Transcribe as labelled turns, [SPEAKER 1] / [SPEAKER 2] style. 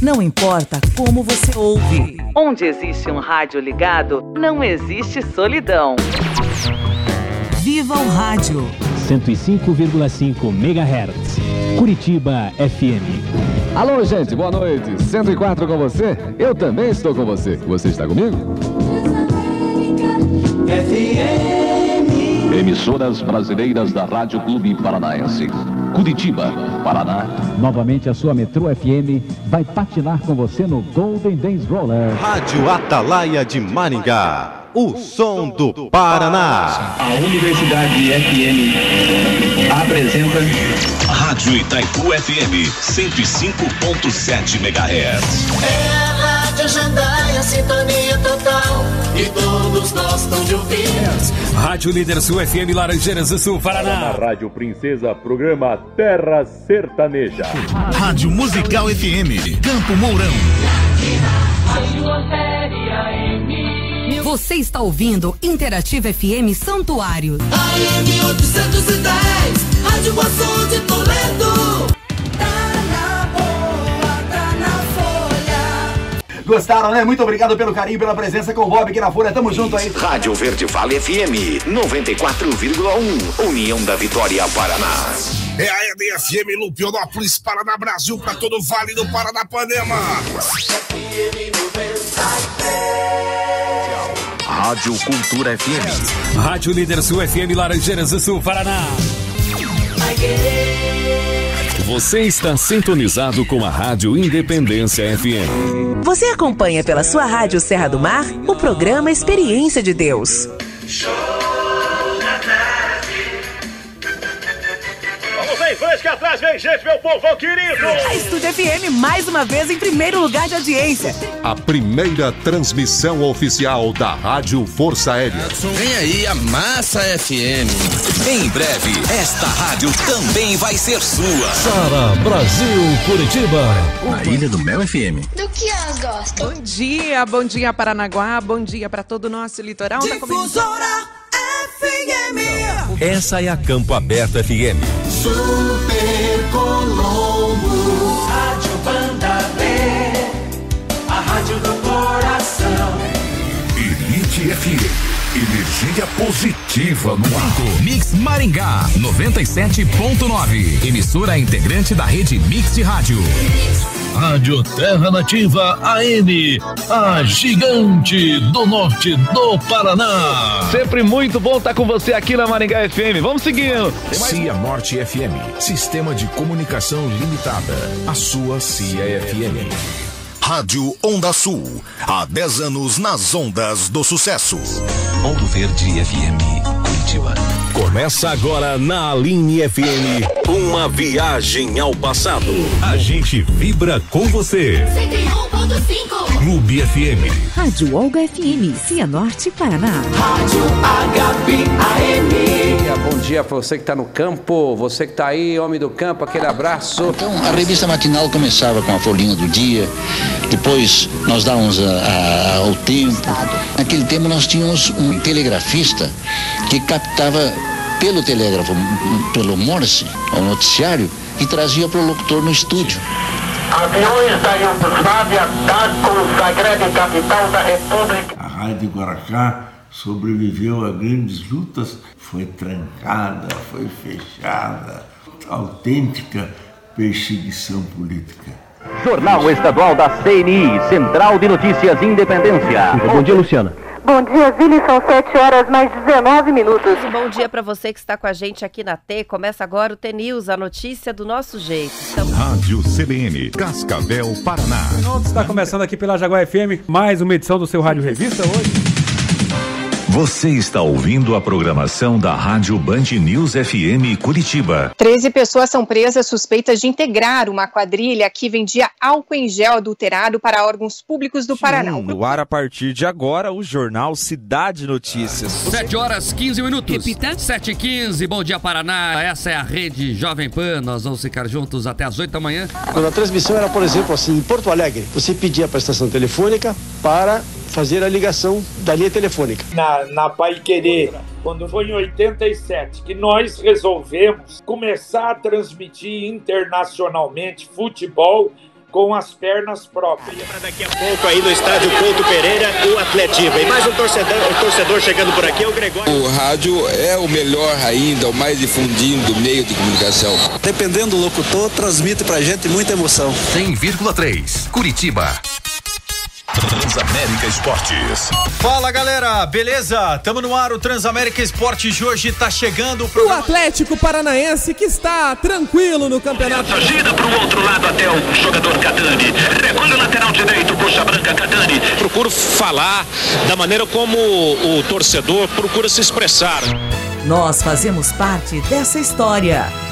[SPEAKER 1] Não importa como você ouve. Onde existe um rádio ligado, não existe solidão. Viva o rádio.
[SPEAKER 2] 105,5 MHz. Curitiba FM.
[SPEAKER 3] Alô, gente, boa noite. 104 com você? Eu também estou com você. Você está comigo?
[SPEAKER 4] Emissoras brasileiras da Rádio Clube Paranaense. Curitiba, Paraná.
[SPEAKER 2] Novamente a sua Metrô FM vai patinar com você no Golden Days Roller.
[SPEAKER 5] Rádio Atalaia de Maringá, o som do Paraná.
[SPEAKER 6] A Universidade FM apresenta
[SPEAKER 4] Rádio Itaipu FM 105.7 MHz.
[SPEAKER 7] É a Rádio Jandaia, sintonia total. E todos gostam de ouvir.
[SPEAKER 8] Rádio Líder Sul FM Laranjeiras do Sul, Paraná.
[SPEAKER 9] Rádio Princesa, programa Terra Sertaneja.
[SPEAKER 10] Rádio Musical FM, Campo Mourão.
[SPEAKER 11] Você está ouvindo Interativa FM Santuário.
[SPEAKER 7] AM 810, Rádio Boa Som de Toledo. Tá na boa, tá na folha.
[SPEAKER 12] Gostaram, né? Muito obrigado pelo carinho, pela presença com o Bob aqui na Folha. Tamo junto aí.
[SPEAKER 4] Rádio Verde Vale FM 94,1. União da Vitória, Paraná.
[SPEAKER 13] É a EDFM Lupionópolis, Paraná, Brasil, pra todo o Vale do Paranapanema.
[SPEAKER 4] Rádio Cultura FM.
[SPEAKER 8] Rádio Líder Sul FM Laranjeiras do Sul, Paraná.
[SPEAKER 4] Você está sintonizado com a Rádio Independência FM.
[SPEAKER 14] Você acompanha pela sua rádio Serra do Mar o programa Experiência de Deus.
[SPEAKER 13] Vamos ver, fresca atrás, vem gente, meu povão querido.
[SPEAKER 14] A Estúdio FM mais uma vez em primeiro lugar de audiência.
[SPEAKER 15] A primeira transmissão oficial da Rádio Força Aérea.
[SPEAKER 10] Vem aí a Massa FM.
[SPEAKER 4] Em breve, esta rádio também vai ser sua.
[SPEAKER 15] Ah,
[SPEAKER 2] Sara Brasil Curitiba.
[SPEAKER 10] Na Ilha do Mel FM.
[SPEAKER 16] Do que elas gostam?
[SPEAKER 17] Bom dia, bom dia Paranaguá, bom dia para todo o nosso litoral. Tá começando-
[SPEAKER 7] Difusora FM.
[SPEAKER 2] Essa é a Campo Aberto FM.
[SPEAKER 7] Super Colombo. Rádio Banda B. A rádio do coração.
[SPEAKER 4] Elite FM. Energia positiva no ar.
[SPEAKER 10] Mix Maringá 97.9. Emissora integrante da rede Mix de Rádio. Rádio Terra Nativa AM, a gigante do norte do Paraná.
[SPEAKER 3] Sempre muito bom estar com você aqui na Maringá FM. Vamos seguindo.
[SPEAKER 4] CIA Norte FM, Sistema de Comunicação Limitada. A sua CIA FM.
[SPEAKER 15] Rádio Onda Sul. Há 10 anos nas ondas do sucesso.
[SPEAKER 4] Ouro Verde FM, Curitiba.
[SPEAKER 15] Começa agora na Aline FM. Uma viagem ao passado.
[SPEAKER 10] A gente vibra com você.
[SPEAKER 16] 101.5
[SPEAKER 10] Clube FM.
[SPEAKER 11] Rádio Olga FM, Cianorte, Paraná.
[SPEAKER 7] Rádio HB AM.
[SPEAKER 12] Bom dia pra você que tá no campo, você que tá aí, homem do campo, aquele abraço.
[SPEAKER 10] Então, a revista matinal começava com a folhinha do dia, depois nós dávamos a- a- ao tempo. Naquele tempo nós tínhamos um telegrafista que captava pelo telégrafo, m- pelo Morse, o noticiário, e trazia para o locutor no estúdio.
[SPEAKER 7] Aviões da Iugoslávia da consagrada capital da República.
[SPEAKER 6] A Rádio Guaracá sobreviveu a grandes lutas, foi trancada, foi fechada. Autêntica perseguição política.
[SPEAKER 4] Jornal Estadual da CNI, Central de Notícias Independência.
[SPEAKER 2] Bom dia, Luciana.
[SPEAKER 16] Bom dia, Vili. São 7 horas mais 19 minutos.
[SPEAKER 18] Bom dia para você que está com a gente aqui na T. Começa agora o T-News, a notícia do nosso jeito. Estamos...
[SPEAKER 15] Rádio CBN, Cascavel, Paraná.
[SPEAKER 9] Está tá começando aqui pela Jaguar FM, mais uma edição do seu Rádio Revista hoje.
[SPEAKER 15] Você está ouvindo a programação da Rádio Band News FM Curitiba.
[SPEAKER 16] 13 pessoas são presas suspeitas de integrar uma quadrilha que vendia álcool em gel adulterado para órgãos públicos do Paraná.
[SPEAKER 10] No ar a partir de agora, o jornal Cidade Notícias.
[SPEAKER 8] 7 horas 15 minutos. Repita. 7 e 15. Bom dia, Paraná. Essa é a rede Jovem Pan. Nós vamos ficar juntos até as 8 da manhã.
[SPEAKER 10] Quando a transmissão era, por exemplo, assim, em Porto Alegre, você pedia para a estação telefônica para fazer a ligação da linha telefônica.
[SPEAKER 6] Na, na Pai Querer, quando foi em 87, que nós resolvemos começar a transmitir internacionalmente futebol
[SPEAKER 19] com as pernas próprias.
[SPEAKER 7] Daqui a pouco aí no estádio Couto Pereira, o Atletiba. E mais um torcedor, um torcedor chegando por aqui, é o Gregório.
[SPEAKER 10] O rádio é o melhor ainda, o mais difundido do meio de comunicação.
[SPEAKER 20] Dependendo do locutor, transmite pra gente muita emoção.
[SPEAKER 15] 100,3 Curitiba.
[SPEAKER 21] Transamérica Esportes.
[SPEAKER 6] Fala galera, beleza? Tamo no ar, o Transamérica Esportes de hoje tá chegando
[SPEAKER 22] pro. O Atlético Paranaense que está tranquilo no campeonato.
[SPEAKER 23] Gira pro outro lado até o jogador Catani. Recolhe o lateral direito, coxa branca Catani.
[SPEAKER 7] Procuro falar da maneira como o torcedor procura se expressar.
[SPEAKER 14] Nós fazemos parte dessa história.